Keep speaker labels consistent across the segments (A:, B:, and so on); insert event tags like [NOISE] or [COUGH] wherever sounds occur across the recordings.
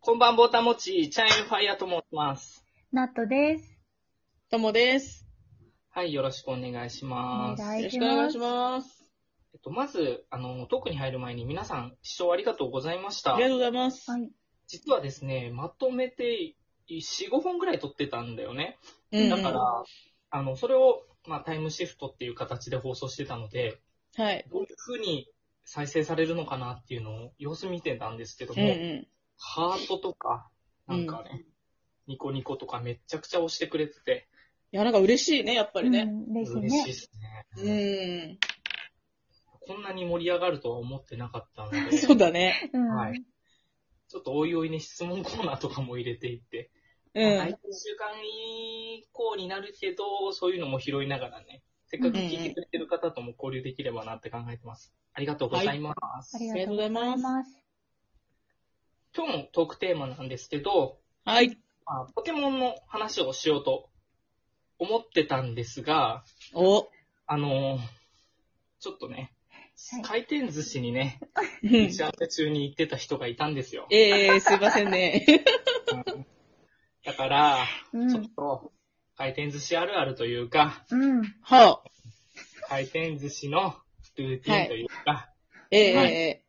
A: こんばんぼたもち、チャイムファイヤーと申します。
B: ナットです。
C: ともです。
A: はい、よろしくお願いします。
B: お願
C: よ
B: い
C: ろしくお願いします。
A: えっと、まず、あの、トークに入る前に皆さん、視聴ありがとうございまし
C: あ
A: た
C: り。がとうございます。
B: はい。
A: 実はですね、まとめて4、5本ぐらい撮ってたんだよね。
C: うんうん
A: だから、あの、それを、まあ、タイムシフトっていう形で放送してたので、
C: はい。
A: どういう風に再生されるのかなっていうのを様子見てたんですけど
C: う
A: も、
C: んう
A: ハートとか、なんかね、ニコニコとかめっちゃくちゃ押してくれてて、
C: ん。いや、なんか嬉しいね、やっぱり
B: う
C: ね。
B: ん、です
A: 嬉しいで
B: ね。
A: すね。
C: うん。
A: こんなに盛り上がるとは思ってなかったので、ち
C: [LAUGHS] そ
A: ょ
C: うだね。
B: うん。
A: はいっとおいおいね、質問コーナーとかも入れていって、
C: う
A: まあ大
C: ん
A: 体。1週間以降になるけど、そういうのも拾いながらね、せっかく聞いてくれてる方とも交流できればなって考えてます。ありがとうございます。
B: ありがとうござい
C: ありがとうござ
B: ます。
A: 今日のトークテーマなんですけど、
C: はい。
A: まあ、ポケモンの話をしようと思ってたんですが、
C: お。
A: あのーちょっとね、
B: はい
A: 回転寿司にね、
C: うん
A: 打ち合わせ中に行ってた人がいたんですよ。
C: ええ、すいませんね。
A: だから、
B: うん
A: ちょっと、回転寿司あるあるというか、
B: うん。
C: はあ。
A: 回転寿司のルーティンというか、
C: ええ
A: はい
C: え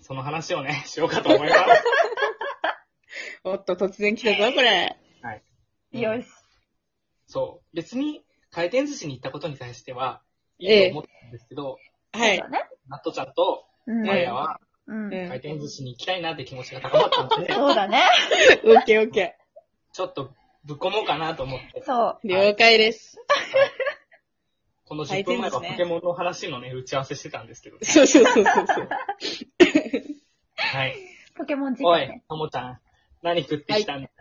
A: その話をね、しようかと思います。
C: え。おっと、突然来たぞ、これ。 [LAUGHS]
B: よし。
A: そう。別に、回転寿司に行ったことに対しては、い
C: え
A: い
C: え
A: と思ったんですけど、
C: はい
B: そ。うだね。
A: ナットちゃんと
B: うん
A: マヤは
B: うん。
C: ええ
A: 回転寿司に行きたいなって気持ちが高まったので、
B: そうだね。
C: オッケーオッケ
A: ちょっとぶっ込もうかなと思って、
B: そう。
C: ー。了解です。
A: この10分前は
C: 回転寿司ね
A: ポケモンの話のね、打ち合わせしてたんですけど、
C: そうそうそうそうそう。
A: はい。
C: [LAUGHS]
B: ポケモン時
A: お
B: 間
A: い
B: ね。、
A: ともちゃん、何食ってきたんだよ。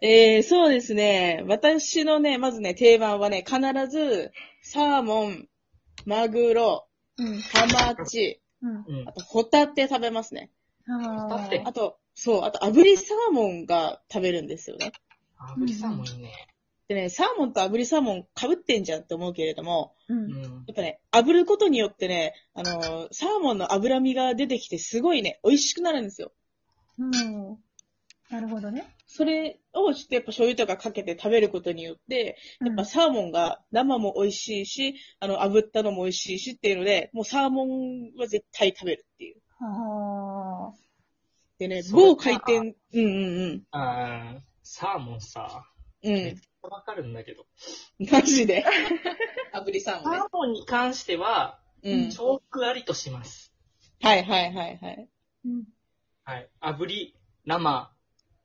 C: ええ、そうですね。私のね、まずね、定番はね、必ず、サーモン、マグロ、
B: うん。
C: ハマチ、
B: うん。
A: うん
C: あ。と、ホタテ食べますね。
B: あ
A: だって
B: ー
C: あと、そう、あと炙りサーモンが食べるんですよね。
A: 炙りサーモンいいね。
C: でね、サーモンと炙りサーモン被ってんじゃんって思うけれども、
B: う。
A: うんん。
C: やっぱね、炙ることによってね、あのーサーモンの脂身が出てきてすごいね、美味しくなるんですよ。
B: うん。なるほどね。
C: それをちょっとやっぱ醤油とかかけて食べることによって、
B: や
C: まあ、サーモンが生も美味しいし、あの、炙ったのも美味しいしっていうので、もうサーモンは絶対食べるっていう。
B: あ
C: でね、
A: そうか
C: 某回転、うんうん
A: あーサーモンさ、
C: うん。う
A: めっ
C: ん
A: ち。ゃわかるんだけど。
C: マジで。炙りサー
A: サ
C: モン
A: ーモンに関しては、
C: ね。うん。
A: 重複ありとします。
C: はいはいはいはい。
B: ー
A: はい。炙り、生、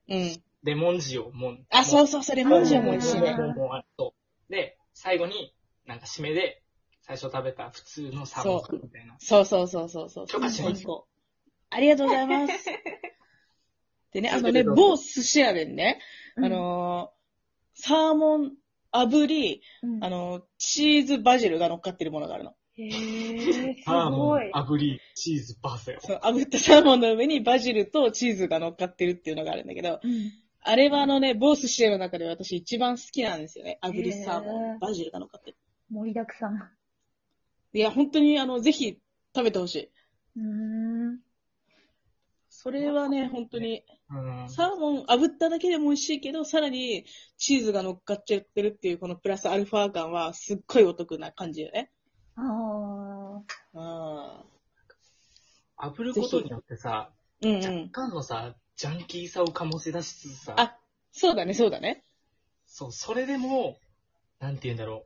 C: うん。
A: レモン塩、もん。。
C: あ、そううそう、そ
A: レ
C: れモ
A: モ
C: ン
A: ン
C: 塩
A: 塩
C: も
A: も
C: 美
A: 一
C: 味しい
A: 緒
C: ね。
A: ね。そう。で、最後に、なんか締めで、最初食べた普通のサーモンみたいな。
C: そうそうそうそうそう。
A: 許可します
C: 最高ありがとうござ
A: [LAUGHS]
C: います。でね、あのね、
A: どうぞどう
C: 某寿司屋でね、
B: うん。
C: あのーサーモン炙り、
B: うん、
C: あのーチーズバジルが乗っかってるものがあるの。
B: へえ、す
A: サーモ
B: ご
A: ン
B: い、。
A: 炙り、チーズ、バーセロ。
C: その炙ったサーモンの上にバジルとチーズが乗っかってるっていうのがあるんだけど、
B: うん。
C: あれはあのね、某寿司屋の中で私一番好きなんですよね。炙りサーモ
B: へー
C: ン、バジルが乗っかってる。
B: 盛りだくさん。
C: いや、本当にあの、ぜひ食べてほしい。
B: うーん。
C: それはね、本当に
A: うん。
C: サーモン炙っただけでも美味しいけど、さらにチーズが乗っかっちゃってるっていう、このプラスアルファ感はすっごいお得な感じよね。
B: あ
C: うん。
A: 炙ることによってさ、
C: うんう
A: 若
C: ん。
A: 干のさ、ジャンキーさを醸し出しつつさ、
C: あ、そうだね、そうだね。
A: そう、それでも、なんて言うんだろう。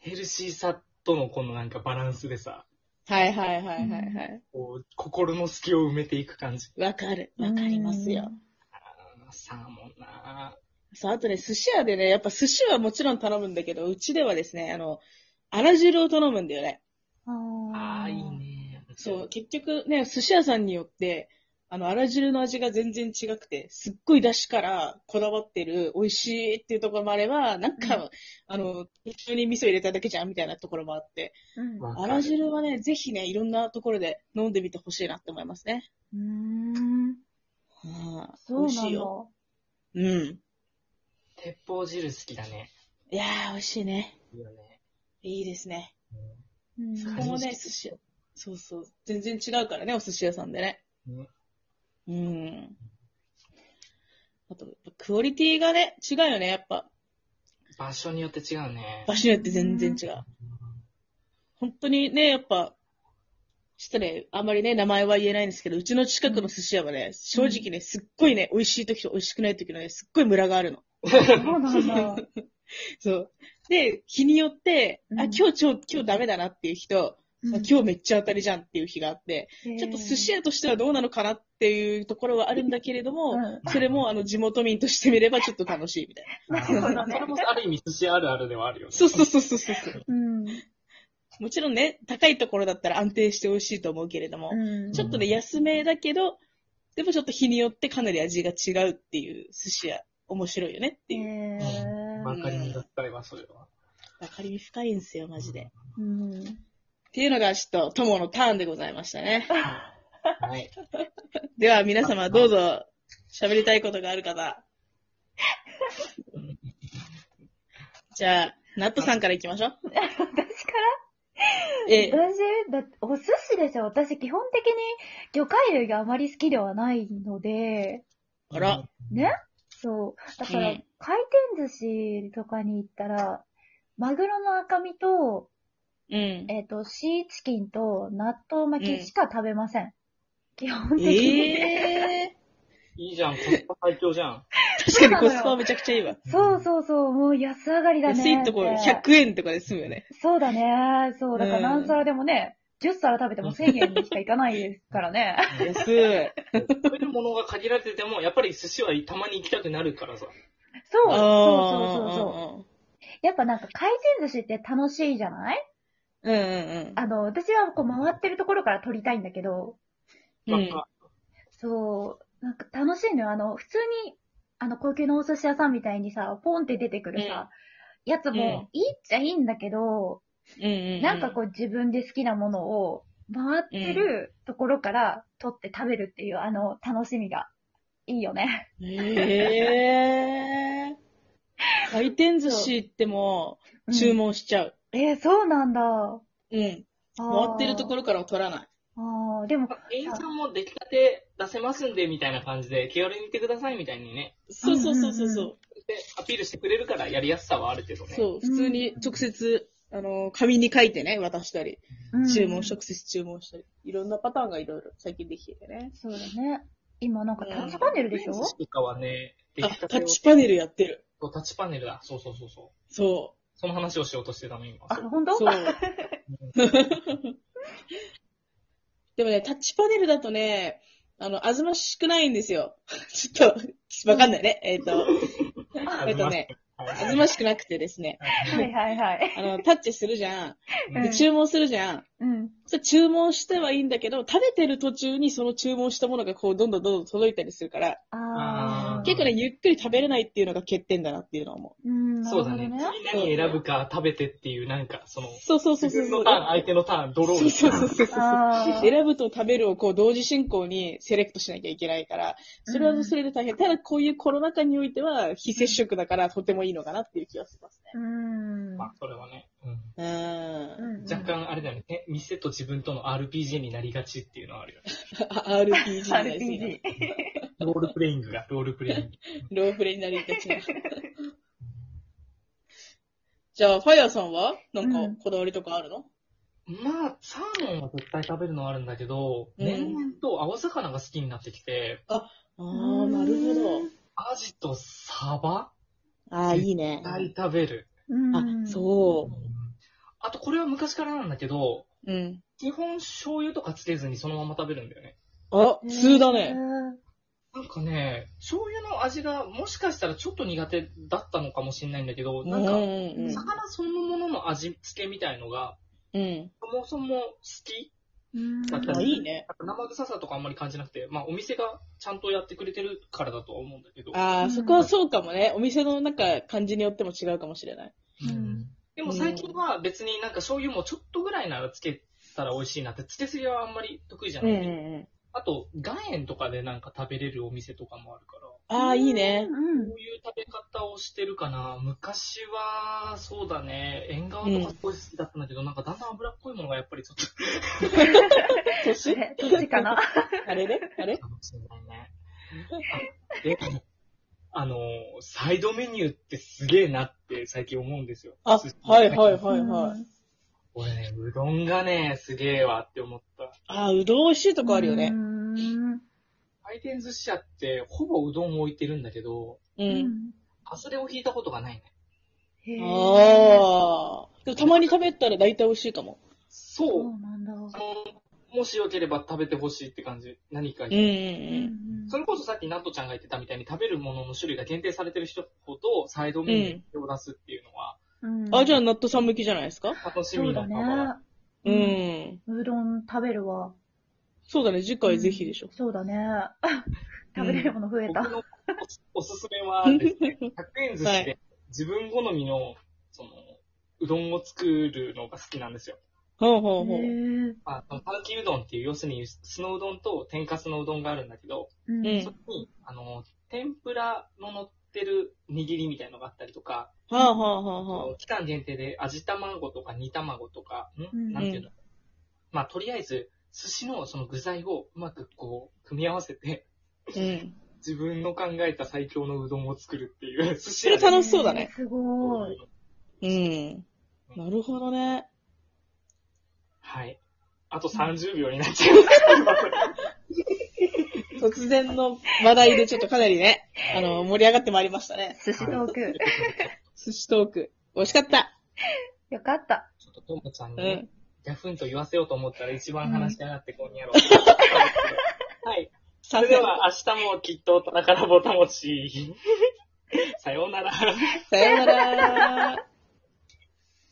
A: ヘルシーさとのこのなんかバランスでさ、
C: はいはいはいはいは
A: こう、心の隙を埋めていく感じ。
C: い。わかる。
B: あ。
C: わかりますよ。
A: あーサーモンな
C: そう、あとね、寿司屋でね、やっぱ寿司はもちろん頼むんだけど、うちではですね、あの、あら汁を頼むんだよね。
B: うん。
A: あ
B: ああ。
A: あ、いい。ね。
C: そう、。結局ね、寿司屋さんによって、あの、あら汁の味が全然違くて、すっごい出汁からこだわってる、美味しいっていうところもあれば、なんか、
B: う
C: あの、一緒に味噌入れただけじゃんみたいなところもあって、
B: うん。
A: わか
C: あ
A: る
C: ら汁はね、ぜひね、いろんなところで飲んでみてほしいなって思いますね。
B: うーん。
C: ああ、
B: そう
C: 美味
B: な
C: しいよ。
B: の。
C: うん。い
A: 鉄砲汁好きだね。
C: やー、美味しいね。
A: いいよね。
C: いいですね。
B: うん
C: そ
A: そ
C: こもね、
A: うん
C: 寿司屋。そうそう。全然違うからね、お寿司屋さんでね。
A: ね
C: うん。あと、クオリティがね、違うよね、やっぱ。
A: 場所によって違うね。
C: 場所によって全然違う。本当にね、やっぱ、ちょっとね、あんまりね、名前は言えないんですけど、うちの近くの寿司屋はね、正直ね、すっごいね、美味しい時と美味しくない時のね、すっごいムラがあるの。
B: そうなん [LAUGHS] だ。
C: そう。で、日によって、
B: うん
C: あ、今日超、今日ダメだなっていう日と、あ今日めっちゃ当たりじゃんっていう日があって、ちょっと寿司
B: 屋
C: 屋としてはどうなのかなっていうところはあるんだけれども、
B: うん
C: それもあの地元民としてみればちょっと楽しいみたい
A: な
B: る
C: な。
B: ほどね
A: それもある意味寿司あるあるではあるよね。
C: そうそうそうそうそうそう。
B: うん。
C: もちろんね、高いところだったら安定して美味しいと思うけれども、
B: うん
C: ちょっとね、安めだけど、でもちょっと日によってかなり味が違うっていう寿司屋、面白いよねっていう。
B: へー
A: わかりみ深いわ、それは。
C: わかりみ深いんですよ、マジで。っ
B: うん。
C: ていうのがちょっと、友のターンでございましたね。
A: はい。
C: では皆様どうぞ、喋りたいことがある方。じゃあ、ナットさんから行きましょう。私からえ、
B: 私、だってお寿司ですよ。私、基本的に魚介類があまり好きではないので、
C: あら。
B: ねそう。だから、
C: うん
B: 回転寿司とかに行ったら、マグロの赤身と、
C: うん。
B: えっ、と、シーチキンと納豆巻きしか食べません。基本的に。
C: え
A: いいじゃん、コスパ最強じ
C: [LAUGHS]
A: ゃん。
C: ー、確かにコスパはめちゃくちゃいいわ。
B: そうそうそう、もう安上がりだねっ
C: 安
B: て。
C: いところ100円とかで済むよね。
B: そうだね。そう、だから
C: うん
B: 何皿でもね、10皿食べても1000円にしかいかないですから
C: [LAUGHS]
B: ね。
C: 安い。
A: 食べるものが限られてても、やっぱり寿司はたまに行きたくなるからさ。
B: そう、そうそうそうそう。
C: あ
B: やっぱなんか回転寿司って楽しいじゃない
C: ーうんうん
B: あの、私はこう回ってるところから撮りたいんだけど、
C: うん。うん。
A: まあ
B: そう、なんか楽しいのよ。あの、普通に、あの、高級のお寿司屋さんみたいにさ、ポンって出てくるさ、やつもいいっちゃいいんだけど、
C: うんうん。
B: なんかこう自分で好きなものを回ってるところから撮って食べるっていう、あの、楽しみがいいよね。
C: う。えー。回転寿司行っても、
B: うん
C: 注文しちゃう。
B: えーそうなんだ。
C: うん。回ってるとこ
B: ろ。
C: ろからは取らない。
B: あーでも、
A: 店員さんも出来たて出せますんで、みたいな感じで、気軽に行ってくださいみたいにね。
C: そうそうそうそう。そう
A: で、アピールしてくれるから、やりやすさはあるけどね。
C: そう、普通に直接、あの、紙に書いてね、渡したり、
B: うん
C: 注文、直接注文したり、いろんなパターンがいろいろ最近できててね。
B: そうだね。今なんかタッチパネルでしょ
A: 寿司とかはね、出
C: あ
A: 来た、
C: タ
A: て
C: ッ
A: を
C: チパネルやってる。
A: そうタッチパネルだ。そうそうそうそう。
C: そ
A: その話をしようとしてたの、今。
B: あ、
A: そう
B: 本
C: う。
B: 当
C: そう。でもね、タッチパネルだとね、あの、あずましくないんですよ。 [LAUGHS] ちょっと、わかんないね。えっ、と、えっとね、あずましくなくてですね、
B: はいはいはい。
C: あの、タッチするじゃん。
B: う
C: で、
B: ん
C: 注文するじゃん。
B: うん。
C: それ注文してはいいんだけど、食べてる途中にその注文したものがこう、どんどんどんどん届いたりするから、
B: あ
A: あー
B: ー。
C: 結構ね、ゆっくり食べれないっていうのが欠点だなっていうのは思う。
B: うん、な
A: そ
B: る
A: う
B: ほ
A: だ
B: ど
A: ね
B: ね。。
A: 次何選ぶか食べてっていう、なんか、その、
C: そうそうそう
A: 自
C: そう
A: 分
C: そ
A: の
C: う。
A: ターン、相手のターン、ドロー
C: そう
A: です
C: そうそうそう
B: あー
C: 選ぶと食べるをこう同時進行にセレクトしなきゃいけないから、それはそれで大変。ただこういうコロナ禍においては非接触だからとてもいいのかなっていう気がします
B: うん。
A: まあ、それはね。うん
C: ね。
B: う
C: う
B: ん
C: ん。
A: 若。干、あれだよね。え店と自分との RPG になりがちっていうのはあるよね。
C: あ RPG になりすぎな
B: RPG。
A: ロールプレイングが、ロールプレイング。
C: ロープレになりがちな。じゃあ、ファイヤーさんはなん
B: うん
C: かこだわりとかあるの、
A: まあ、サーモンは絶対食べるのはあるんだけど、
C: うん
A: 年々と青魚が好きになってきて、
C: ああ、なるほど。
A: アジとサバ
C: ああ、いいね
A: 絶。対食べる。
B: うん。
C: あ、そ
A: あと、これは昔からなんだけど、
C: う。うん。
A: 基本醤油とかつけずにそのまま食べるんだよね。
C: あ、
B: へー
C: 通だね。。
A: なんかね、醤油の味がもしかしたらちょっと苦手だったのかもしれないんだけど、なん
C: う
A: か、
C: ん
A: 魚そのものの味付けみたいのが、
C: うん。うん。
A: そもそも好き
B: うん。
A: だった
C: あ、
A: り
C: いいね。
A: 生臭さとかあんまり感じなくて、まあお店がちゃんとやってくれてるからだとは思うんだけど。
C: あ
B: うん
C: あ、そこはそうかもね。お店の中、感じによっても違うかもしれない。
B: うん
A: でも最近は別になんか醤油もちょっとぐらいならつけたら美味しいなって、つけすぎはあんまり得意じゃない。
C: ん
A: あと、岩塩とかでなんか食べれるお店とかもあるから、
C: ああ、いいね
B: う。
A: う
B: ん。
A: いう食べ方をしてるかな。昔は、そうだね、縁側とかすごい好きだったんだけど、なんかだんだん脂っこいものがやっぱりちょっと、
B: そ
C: 年
B: れ、どっち
C: [LAUGHS]
B: かな
C: あれねあれ
A: かもしれないね。あでも、あの、サイドメニューってすげえなって最近思うんですよ。
C: あ
A: 寿司、
C: はいはいはいはい。
B: い。
A: 俺ね、うどんがね、すげえわって思った。
C: ああ、うどん美味しいとこあるよ
B: う
C: ね。
B: ん。
A: 回転寿司屋って、ほぼうどんを置いてるんだけど、
B: う
C: う。
B: んん
A: 外れを引いたことがないね。
B: へ
C: あ
B: ー
C: あ。でもたまに食べたら大体美味しいかも。
A: そう
B: そうなんだ。
A: あのもしよければ食べてほしいって感じ。何か
C: うんう
A: に。
C: ん
B: うん
A: それこそさっきナットちゃんが言ってたみたいに食べるものの種類が限定されてる人ほどサイドメニューを出すっていうのは
B: うん
C: うん。あ、じゃあ、納豆さん向きじゃないですか
A: 楽し
B: そう
A: み
B: だ
A: だ
B: ね
A: な。。
C: う。ん。
B: うどん食べるわ。
C: そうだね、次回ぜひでしょ。
B: そうだね。 [LAUGHS] 食べれるもの増えた。
A: 僕のおす [LAUGHS] すめはですね、100円寿司で自分好みの、その、うどんを作るのが好きなんですよ。
C: ほうほう
B: へ
C: ほう。
B: ー
A: あの、パンキうどんっていう、要するに酢のうどんと天かすのうどんがあるんだけど、
B: うん
C: うん
A: そこに、あの、天ぷらの乗ってる握りみたいのがあったりとか、
C: はあはあはあはあ。
A: 期間限定で味卵とか煮卵とか、ん、
B: うん
A: なんていうのまあ、とりあえず、寿司のその具材をうまくこう、組み合わせて、
C: うん。
A: 自分の考えた最強のうどんを作るっていう、寿司
C: それ
A: 屋で
C: 楽しそうだね。
B: すごい。
C: うん。なるほどね。
A: はい。あと30秒になっ
C: [LAUGHS]
A: ちゃいます。
C: 突然の話題でちょっとかなりね、あの、盛り上がってまいりましたね。
B: 寿司トー
C: [LAUGHS]
B: ク。
C: 寿司トーク。美味しかった。
B: よかった。
A: ちょっとトモちゃん
C: う
A: に、
C: ん。
A: ギャフンと言わせようと思ったら一番話し上がってこん
C: [LAUGHS]
A: やろ。はい。そ
C: さ
A: れ
C: す
A: で
C: が。
A: は明日もきっと田中らぼたもち。さようなら。
C: さようなら。